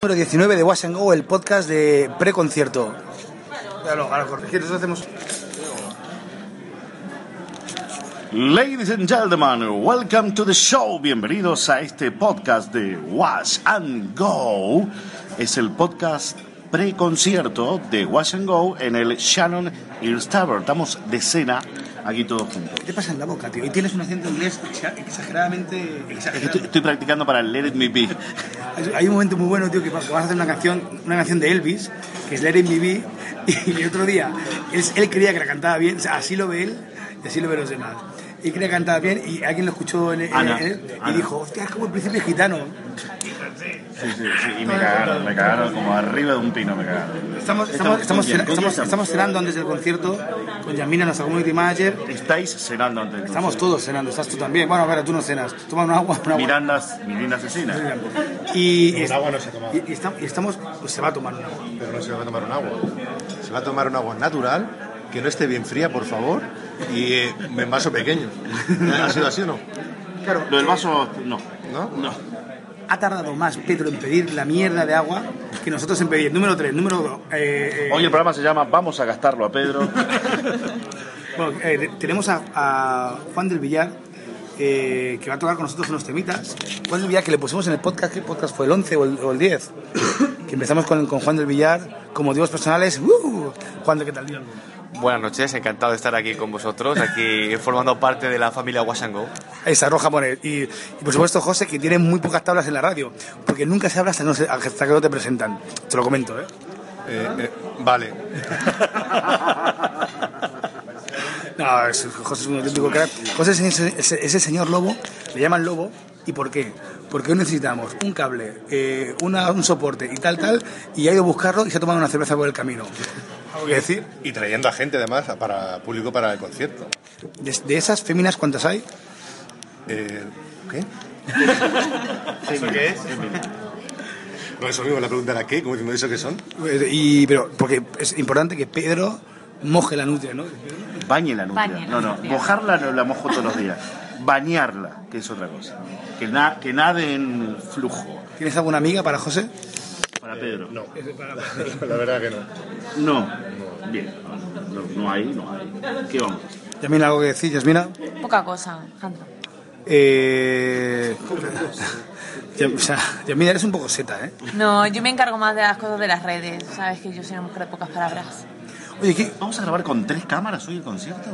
Número 19 de Was and Go, el podcast de preconcierto. Ya lo, ahora corregir, nosotros hacemos... Ladies and gentlemen, welcome to the show. Bienvenidos a este podcast de Wash and Go. Es el podcast preconcierto de Wash and Go en el Shannon Ears Tavern. Estamos de cena aquí todos juntos. ¿Qué te pasa en la boca, tío? Y tienes un acento inglés exa- exageradamente... Es que exagerado. estoy, estoy practicando para el Let It Me Be. Hay- Hay un momento muy bueno, tío, que va- que vas a hacer una canción, una canción de Elvis, que es Let It Me Be, y el otro día él, él creía que la cantaba bien, o sea, así lo ve él y así lo ven los demás. Y creía que cantaba bien y alguien lo escuchó en, en- Ana, en él y Ana. dijo, hostia, es como el príncipe gitano. Sí, sí, sí. Y me cagaron, me cagaron como arriba de un pino, me cagaron. Estamos, estamos, estamos, muy bien, cena- estamos, ¿cómo estamos cenando antes del concierto con Yamina, nuestra community manager. Estáis cenando antes del Estamos concierto. todos cenando, estás tú también. Bueno, a ver, tú no cenas. Toma un agua, un agua. Miranda, Miranda asesina. Y, El agua no se ha tomado. y- y estam- y estamos, pues, se va a tomar un agua. Pero no se va a tomar un agua. Se va a tomar un agua natural, que no esté bien fría, por favor, y eh, en vaso pequeño. ¿Ha sido así o no? Claro, Lo del vaso, no. ¿No? No. ha tardado más Pedro en pedir la mierda de agua que nosotros en pedir. Número 3, número eh, 2. Hoy el programa se llama Vamos a gastarlo a Pedro. eh, tenemos a, a Juan del Villar. eh, que va a tocar con nosotros unos temitas. Juan del Villar, que le pusimos en el podcast, ¿qué podcast fue? ¿El 11 o el, o el 10? que empezamos con, con Juan del Villar, como dios personales. ¡uh! Juan, ¿qué tal? Dios? Buenas noches, encantado de estar aquí con vosotros, aquí formando parte de la familia Wasango. Esa roja pone. Y, y por supuesto, José, que tiene muy pocas tablas en la radio, porque nunca se habla hasta, no se- hasta que no te presentan. Te lo comento, ¿eh? Eh, eh, vale. No, es- José es un auténtico crack. José es ese, ese- ese señor lobo, le llaman lobo. ¿Y por qué? Porque hoy necesitamos un cable, eh, una- un soporte y tal, tal, y ha ido a buscarlo y se ha tomado una cerveza por el camino. ¿Algo que decir? Y trayendo a gente, además, para público para el concierto. De, de esas féminas, ¿cuántas hay? Eh, ¿Qué? ¿Eso qué es? No, eso mismo, la pregunta era ¿qué? Como diciendo, ¿eso qué son? Eh, Y, pero, porque es importante que Pedro moje la nutria, ¿no? Bañe la nutria. Bañe la no, no. nutria. Mojarla no la mojo todos los días. Bañarla, que es otra cosa. Que, na- que nade en flujo. ¿Tienes alguna amiga para José? Para Pedro. No. La verdad que no. No. Bien. No, no hay, no hay. ¿Qué vamos? a hacer? Yasmina, algo que decir, Yasmina. Poca cosa, Jandro. Eh... Ya- o sea, Yasmina, eres un poco seta, ¿eh? No, yo me encargo más de las cosas de las redes. Sabes que yo soy una mujer de pocas palabras. Oye, ¿qué? ¿Vamos a grabar con tres cámaras hoy el concierto?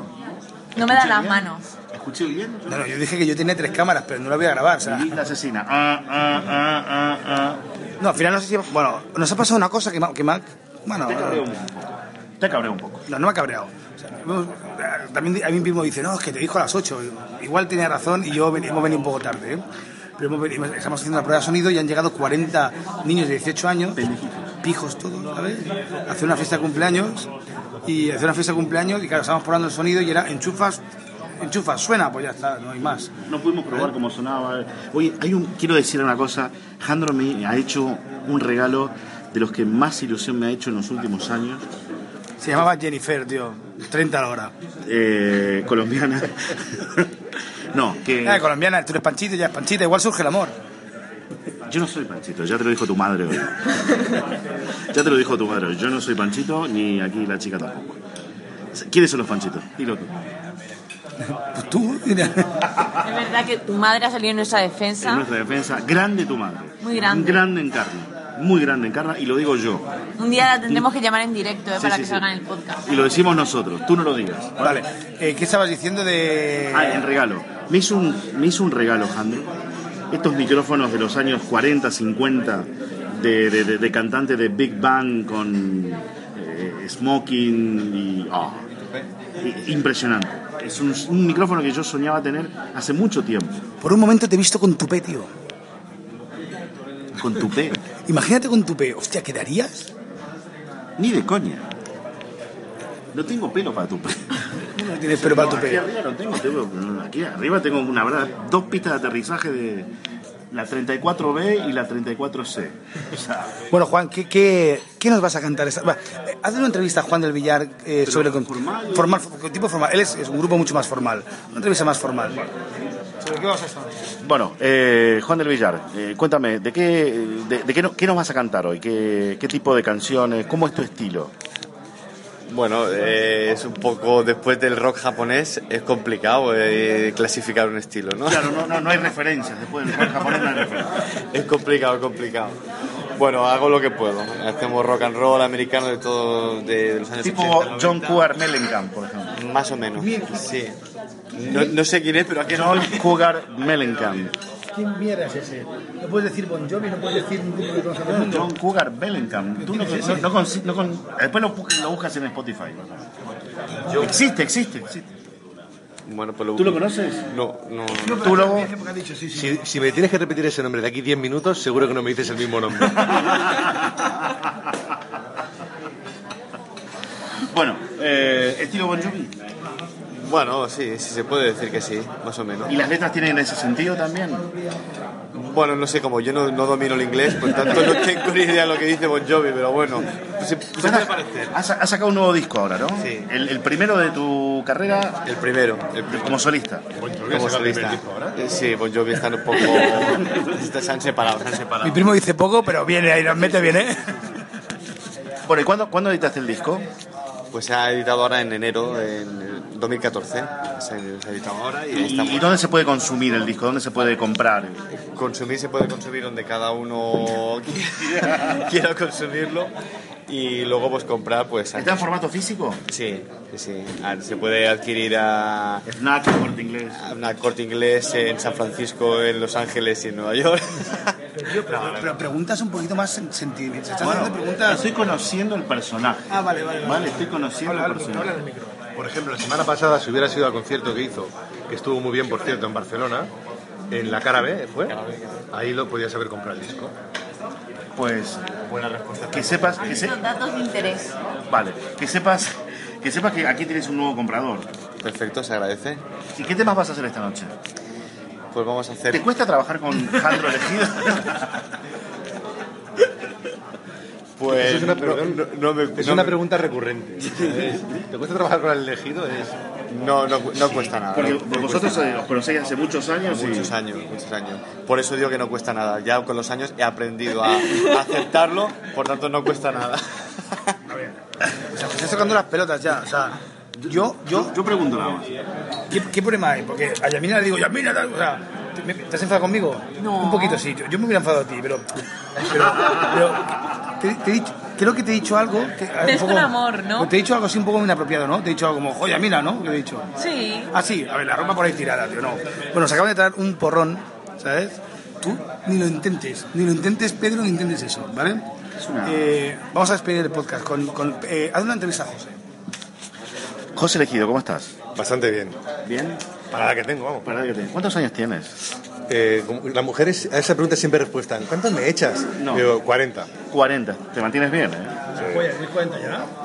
No me ¿Escuché dan las bien? manos. ¿Escuché bien? No, no, yo dije que yo tenía tres cámaras, pero no las voy a grabar, o sea... Y la asesina. Ah, ah, ah, ah, ah. No, al final no sé si... Bueno, nos ha pasado una cosa que me ha... que me ha- bueno, Te cabreo un no, poco. Te cabreo un poco. no me ha cabreado. O sea, hemos- también a mí mismo dice, no, es que te dijo a las 8. Igual tenía razón y yo ven- hemos venido un poco tarde, ¿eh? Pero hemos venido- estamos haciendo una prueba de sonido y han llegado 40 niños de 18 años, pijos todos, ¿sabes? A Hacer una fiesta de cumpleaños y hacer una fiesta de cumpleaños y claro, estábamos probando el sonido y era enchufas, enchufas, suena, pues ya está, no hay más. No pudimos probar cómo sonaba. Oye, hay un, quiero decir una cosa. Jandro me ha hecho un regalo de los que más ilusión me ha hecho en los últimos años. Se llamaba Jennifer, tío, 30 a la hora. eh, colombiana. no, que Ah, colombiana, tú eres panchito, ya es panchita, igual surge el amor. yo no soy Panchito, ya te lo dijo tu madre hoy. ya te lo dijo tu madre hoy. Yo no soy Panchito ni aquí la chica tampoco. ¿Quiénes son los Panchitos? Dilo tú. Pues tú, Es verdad que tu madre ha salido en nuestra En defensa. nuestra defensa, grande tu madre. Muy grande. Grande en carne. Muy grande en carne y lo digo yo. Un día la tendremos que llamar en directo eh, Sí, para sí, que sí. salga en el podcast. Y lo decimos nosotros, tú no lo digas. Vale, eh, ¿qué estabas diciendo de...? Ah, el regalo. Me hizo un, me hizo un regalo, Jandro. Estos micrófonos de los años 40, 50, de, de, de- de cantante de Big Bang con eh, smoking y... ah, i- impresionante. Es un, un micrófono que yo soñaba tener hace mucho tiempo. Por un momento te he visto con tupé, tío. con tu P. Imagínate con tu P. Hostia, ¿quedarías? Ni de coña. No tengo pelo para tu P. No tienes pelo Eh, para tu Aquí P. arriba no tengo, tengo- Aquí arriba tengo una verdad, dos pistas de aterrizaje de la 34B y la 34C. O sea, Bueno, Juan, ¿qué, qué, qué nos vas a cantar? Esta? va, eh, hazle una entrevista a Juan del Villar eh, sobre... con- formal. Formal, fo- tipo formal. Él es, es un grupo mucho más formal. Una entrevista más formal. ¿Sobre qué vas a estar? Bueno, eh, Juan del Villar, eh, cuéntame, ¿de, qué, de, de qué, no- qué nos vas a cantar hoy? ¿Qué, ¿Qué tipo de canciones? ¿Cómo es tu estilo? Bueno, eh, es un poco, después del rock japonés, es complicado eh, clasificar un estilo, ¿no? Claro, no, no, no hay referencias. Después del rock japonés no hay referencias. Es complicado, es complicado. Bueno, hago lo que puedo. Hacemos rock and roll americano de todos de, de los años Oh, Tipo 80, John Cougar Mellencamp, por ejemplo. 90, más o menos. Sí. No, no sé quién es, pero aquí no. John Cougar Mellencamp. ¿Quién mierda es ese? No puedes decir Bon Jovi, no puedes decir un grupo que conoce todo el John Cougar Mellencamp. Tú no, no- no consi- no con- después lo, bu- lo buscas en Spotify. Existe, existe, existe. Bueno, pues lo ¿Tú lo conoces? No, no. Tú lo... Si, si me tienes que repetir ese nombre de aquí 10 minutos, seguro que no me dices el mismo nombre. Bueno, eh, estilo Bon Jovi. Bueno, sí, sí se puede decir que sí, más o menos. ¿Y las letras tienen ese sentido también? Bueno, no sé, como yo no, no domino el inglés, por tanto no tengo ni idea de lo que dice Bon Jovi, pero bueno, Pues se, se puede parecer. Has, has sacado un nuevo disco ahora, ¿no? Sí. El, el primero de tu carrera El primero, el primero. como solista. Como solista. Eh, Sí, Bon Jovi están un poco... está- se han separado, se han Mi separado. primo dice poco, pero viene ahí, nos mete bien, ¿eh? Bueno, ¿y cuándo, cuándo editaste el disco? Pues se ha editado ahora en enero, en el 2014. Se, se ha editado ahora y ahí ¿Y, y estamos. dónde se puede consumir el disco? ¿Dónde se puede comprar? Consumir se puede consumir donde cada uno quiera, quiera consumirlo y luego pues comprar pues... ¿Está en formato físico? Sí, sí, sí. Ah, Se puede adquirir a... Snack, corte inglés. a una corte inglés en San Francisco, en Los Ángeles y en Nueva York. Pero preguntas un poquito más sentimentales. Se están Bueno, haciendo preguntas... estoy conociendo el personaje. Ah, vale, vale, vale. Vale, estoy conociendo el personaje. Por ejemplo, la semana pasada, si hubiera sido al concierto que hizo, que estuvo muy bien, por cierto, en Barcelona, en la cara B, ¿fue? Ahí lo podías haber comprado el disco. Pues, buena respuesta. Que sepas, que se- Son datos de interés. vale, que sepas, que sepas que aquí tienes un nuevo comprador. Perfecto, se agradece. ¿Y qué temas vas a hacer esta noche? Pues vamos a hacer. ¿Te cuesta trabajar con Jandro elegido? Pues. Eso es una, no- Pues, perdón, no, no me- es no una me- pregunta recurrente. ¿Te cuesta trabajar con el elegido? Es... No, no, cu- no cuesta nada. Porque no- no vosotros cuesta eh, os conocéis hace muchos años. y- Muchos años, muchos años. Por eso digo que no cuesta nada. Ya con los años he aprendido a a aceptarlo, por tanto no cuesta nada. O sea, que estás tocando las pelotas ya. O sea, yo, yo, Yo pregunto nada más. ¿qué, qué problema hay? Porque a Yamina le digo, Yamina, tal", o sea, ¿te, me- te has enfadado conmigo? No. Un poquito sí, yo, yo me hubiera enfadado a ti, pero. pero, pero te, te he dicho- creo que te he dicho algo. Que, a ver, Es con amor, ¿no? Te he dicho algo así un poco inapropiado, ¿no? Te he dicho algo como, oye, Yamina, ¿no? Que le he dicho. Sí. Ah, sí, a ver, la ropa por ahí tirada, tío, no. Bueno, se acaban de traer un porrón, ¿sabes? Tú ni lo intentes, ni lo intentes, Pedro, ni intentes eso, ¿vale? Eh, vamos a despedir el podcast con. con eh, haz una entrevista a José. José Elegido, ¿cómo estás? Bastante bien. Bien. Para la que tengo, vamos. ¿Cuántos años tienes? Eh, como- las mujeres a esa pregunta siempre respuestan, ¿cuántos me echas? No. Digo, 40. 40. Te mantienes bien, ¿eh?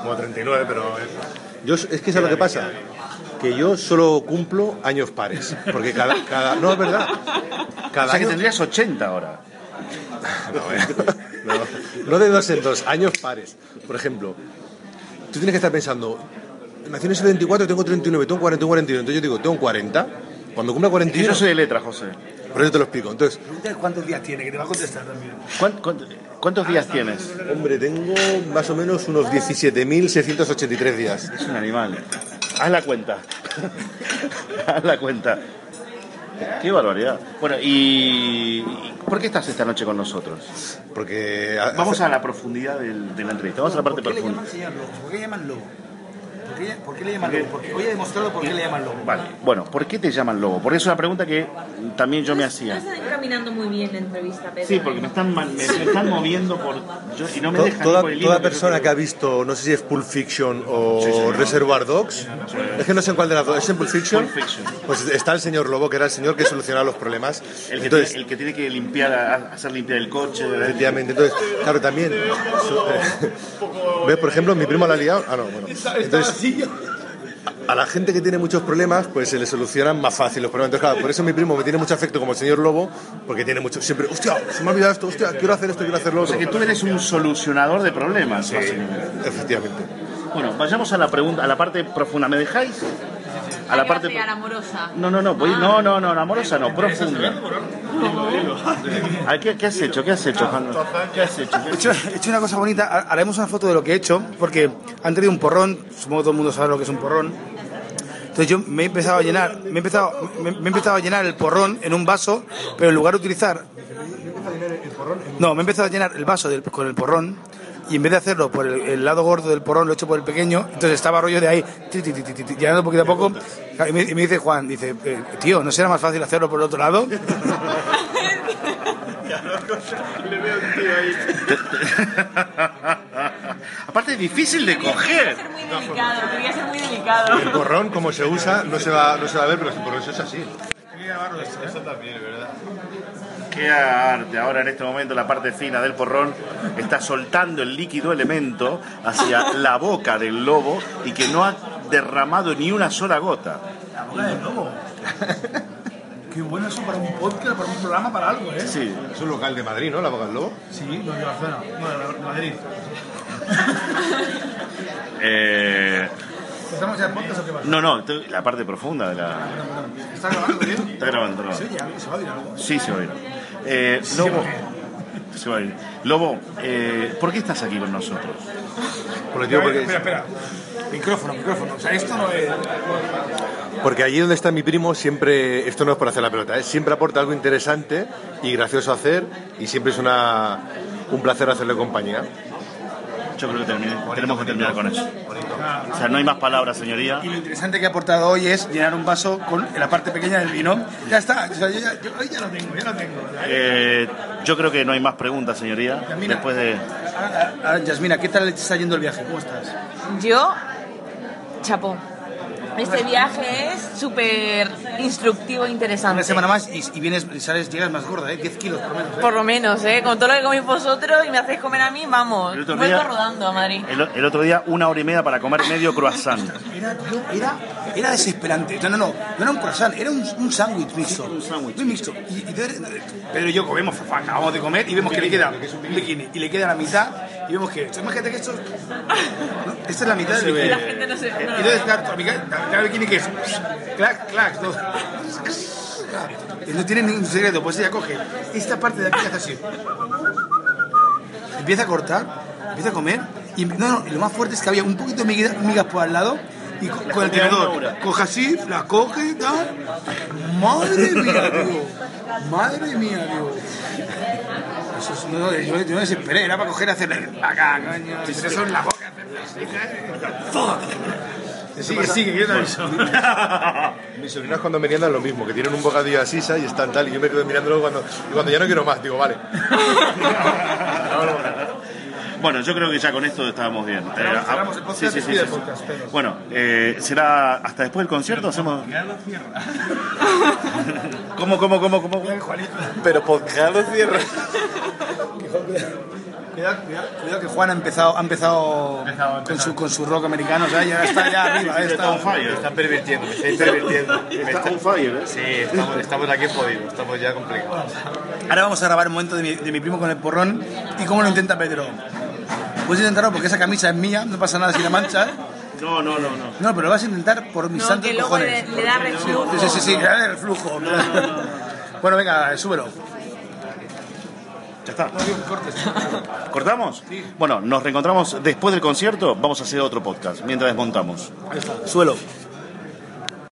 Como 39, pero... eh". Yo, es que es lo que pasa, que yo solo cumplo años pares, porque cada... cada no, es verdad. Cada O sea que año- tendrías 80 ahora. No, eh. No, no de dos en dos, años pares. Por ejemplo, tú tienes que estar pensando, nací en el 74, tengo 39, tengo 41, 41, entonces yo digo, tengo 40. Cuando cumpla Y 41, yo soy de letra, José. por eso te lo explico. Entonces, Pregúntale cuántos días tiene, que te va a contestar también. ¿Cuán- cuán- ¿Cuántos días tienes? hombre, tengo más o menos unos 17.683 días. Es un animal. Haz la cuenta. Haz la cuenta. Qué barbaridad. Bueno, ¿y y por qué estás esta noche con nosotros? Porque... ah, a- Vamos a la profundidad del- de la entrevista. Vamos a la parte profunda. ¿Por qué le llaman señor lobo? ¿Por qué le llaman lobo? ¿Por qué, por qué le llaman lobo? Porque hoy he demostrado por qué le llaman lobo. Vale. Bueno, ¿por qué te llaman lobo? Porque es una pregunta que también yo me hacía. No está caminando muy bien la entrevista, Pedro. Sí, porque me están, ma- me, me están moviendo por. yo- y no me To- dejan ah, toda ir por el hilo toda que yo persona que quiero. ha visto, no sé si es Pulp Fiction o Reservoir Dogs, es que no sé en cuál de las dos, ¿es en Pulp Fiction? Pulp Fiction. Pues está el señor Lobo, que era el señor que solucionaba los problemas. El que, Entonces, tiene, el que tiene que limpiar, a- hacer limpiar el coche. Efectivamente, entonces, claro, también. su- eh, ¿Ves, por ejemplo, mi primo la ha liado? Ah, no, bueno. Entonces, a a la gente que tiene muchos problemas, pues se le solucionan más fácil los problemas. Entonces, claro, por eso mi primo me tiene mucho afecto como el señor Lobo, porque tiene mucho. Siempre, hostia, se me ha olvidado esto, hostia, quiero hacer esto, quiero hacer lo O otro. sea que tú eres un solucionador de problemas. básicamente. Efectivamente. Bueno, vayamos a la pregunta, a la parte profunda. ¿Me dejáis? A la parte. Llegar amorosa. No, no, no, voy- Ah. no, no, no, amorosa no, profunda. Ah, ¿Qué, qué has hecho? ¿Qué has hecho, Juan? ¿Qué has hecho? He hecho, he hecho una cosa bonita, ha- haremos una foto de lo que he hecho, porque han traído un porrón, supongo que todo el mundo sabe lo que es un porrón. Entonces yo me he empezado a llenar, me he empezado, me, me he empezado a llenar el porrón en un vaso, pero en lugar de utilizar. No, me he empezado a llenar el vaso del- con el porrón. Y en vez de hacerlo por el, el lado gordo del porrón, lo he hecho por el pequeño. Entonces estaba rollo de ahí, ti, ti, ti, ti, ti, llenando poquito a poco. Y me, y me dice Juan, dice, eh, tío, ¿no será más fácil hacerlo por el otro lado? Aparte es difícil de coger. ser muy delicado, quería ser muy delicado. El borrón, como se usa, no se va, no se va a ver, pero el borrón es así. Qué arte. Ahora en este momento la parte fina del porrón está soltando el líquido elemento hacia la boca del lobo y que no ha derramado ni una sola gota. Qué bueno eso para un podcast, para un programa, para algo, ¿eh? Sí. Es un local de Madrid, ¿no? La Boca del Lobo. Sí, no, de Barcelona, no, de Madrid. Eh, ¿Estamos ya en podcast o qué pasa? no, no, estoy- la parte profunda de la... ¿Está grabando bien? Está grabando, ¿no? ¿Se oye algo? ¿Se va a oír algo? Sí, se va a oír. Eh, Lobo, se va a oír. Lobo, eh, ¿por qué estás aquí con nosotros? Por lo digo porque- espera. Micrófono, micrófono. O sea, esto no es... Porque allí donde está mi primo siempre, esto no es por hacer la pelota, ¿eh? siempre aporta algo interesante y gracioso a hacer y siempre es una, un placer hacerle compañía. Yo creo que terminé- tenemos que terminar con eso. O sea, no hay más palabras, señoría. Y lo interesante que ha aportado hoy es llenar un vaso con la parte pequeña del vino. Ya está. O sea, yo ya, yo- hoy ya lo tengo, ya lo tengo. Eh, yo creo que no hay más preguntas, señoría. Yasmina. Después de... Ahora, ahora, Yasmina, ¿qué tal te está yendo el viaje? ¿Cómo estás? Yo, chapó. Este viaje es súper instructivo e interesante. Una semana más y, y vienes, y sales, llegas más gorda, ¿eh? 10 kilos por menos. ¿eh? Por lo menos, ¿eh? Con todo lo que coméis vosotros y me hacéis comer a mí, vamos. El otro Vuelvo día- rodando a Madrid. El, el otro día, una hora y media para comer medio croissant. Era, tío, era, era desesperante. No, no, no. No era un croissant, era un, un sándwich mixto. Un sándwich. mixto. Y, y Pedro, Pedro y yo comemos, fa- acabamos de comer y vemos que le queda un bikini. Y le queda la mitad y vemos que... Imagínate que esto... ¿no? Esta es la mitad del bikini. la gente no se- no Y lo ve. entonces, claro, tu amiga- la mitad del bikini que es... Clac, clac, todo. Y No tiene ningún secreto, pues ella coge esta parte de aquí y hace así. Empieza a cortar, empieza a comer. Y, no, no, y lo más fuerte es que había un poquito de miga- migas por al lado y co- con, el tenedor. Coge así, las coge y tal. Madre mía, tío. Madre mía, tío. Eso es- no, no, yo, yo me desesperé, era para coger y hacerle. Acá, coño. pero eso en la boca. hacerle- Sigue, sigue, que yo te aviso. Mis sobrinas cuando meriendan lo mismo, que tienen un bocadillo de sisa y están tal, y yo me quedo mirándolo cuando, y cuando ya no quiero más, digo, vale. Bueno, yo creo que ya con esto estábamos bien. Eh, ah, cerramos el podcast, sí, sí, sí, despide sí, el sí. podcast, Pedro. Bueno, eh, será hasta después del concierto. Hacemos. ¿Cómo, cómo, cómo, cómo? Pero podcast lo cierra. Cuidado, cuidado, cuidado que Juan ha empezado, ha empezado, Con, su, con su rock americano, o sea, ya está ya arriba, eh, Está está on fire. Me están pervirtiendo, me estáis pervirtiendo. Me Está está- on fire, ¿eh? Sí, estamos, estamos aquí jodidos, estamos ya complicados. Ahora vamos a grabar un momento de mi, de mi primo con el porrón y cómo lo intenta Pedro. Puedes intentarlo porque esa camisa es mía, no pasa nada si la manchas. No, no, no, no. No, pero lo vas a intentar por mis No, santos que luego cojones. le- le da reflujo. Sí, sí, sí, sí, le da el flujo. Bueno, venga, súbelo. Ya está. ¿Cortamos? Bueno, nos reencontramos después del concierto. Vamos a hacer otro podcast mientras desmontamos. Suelo.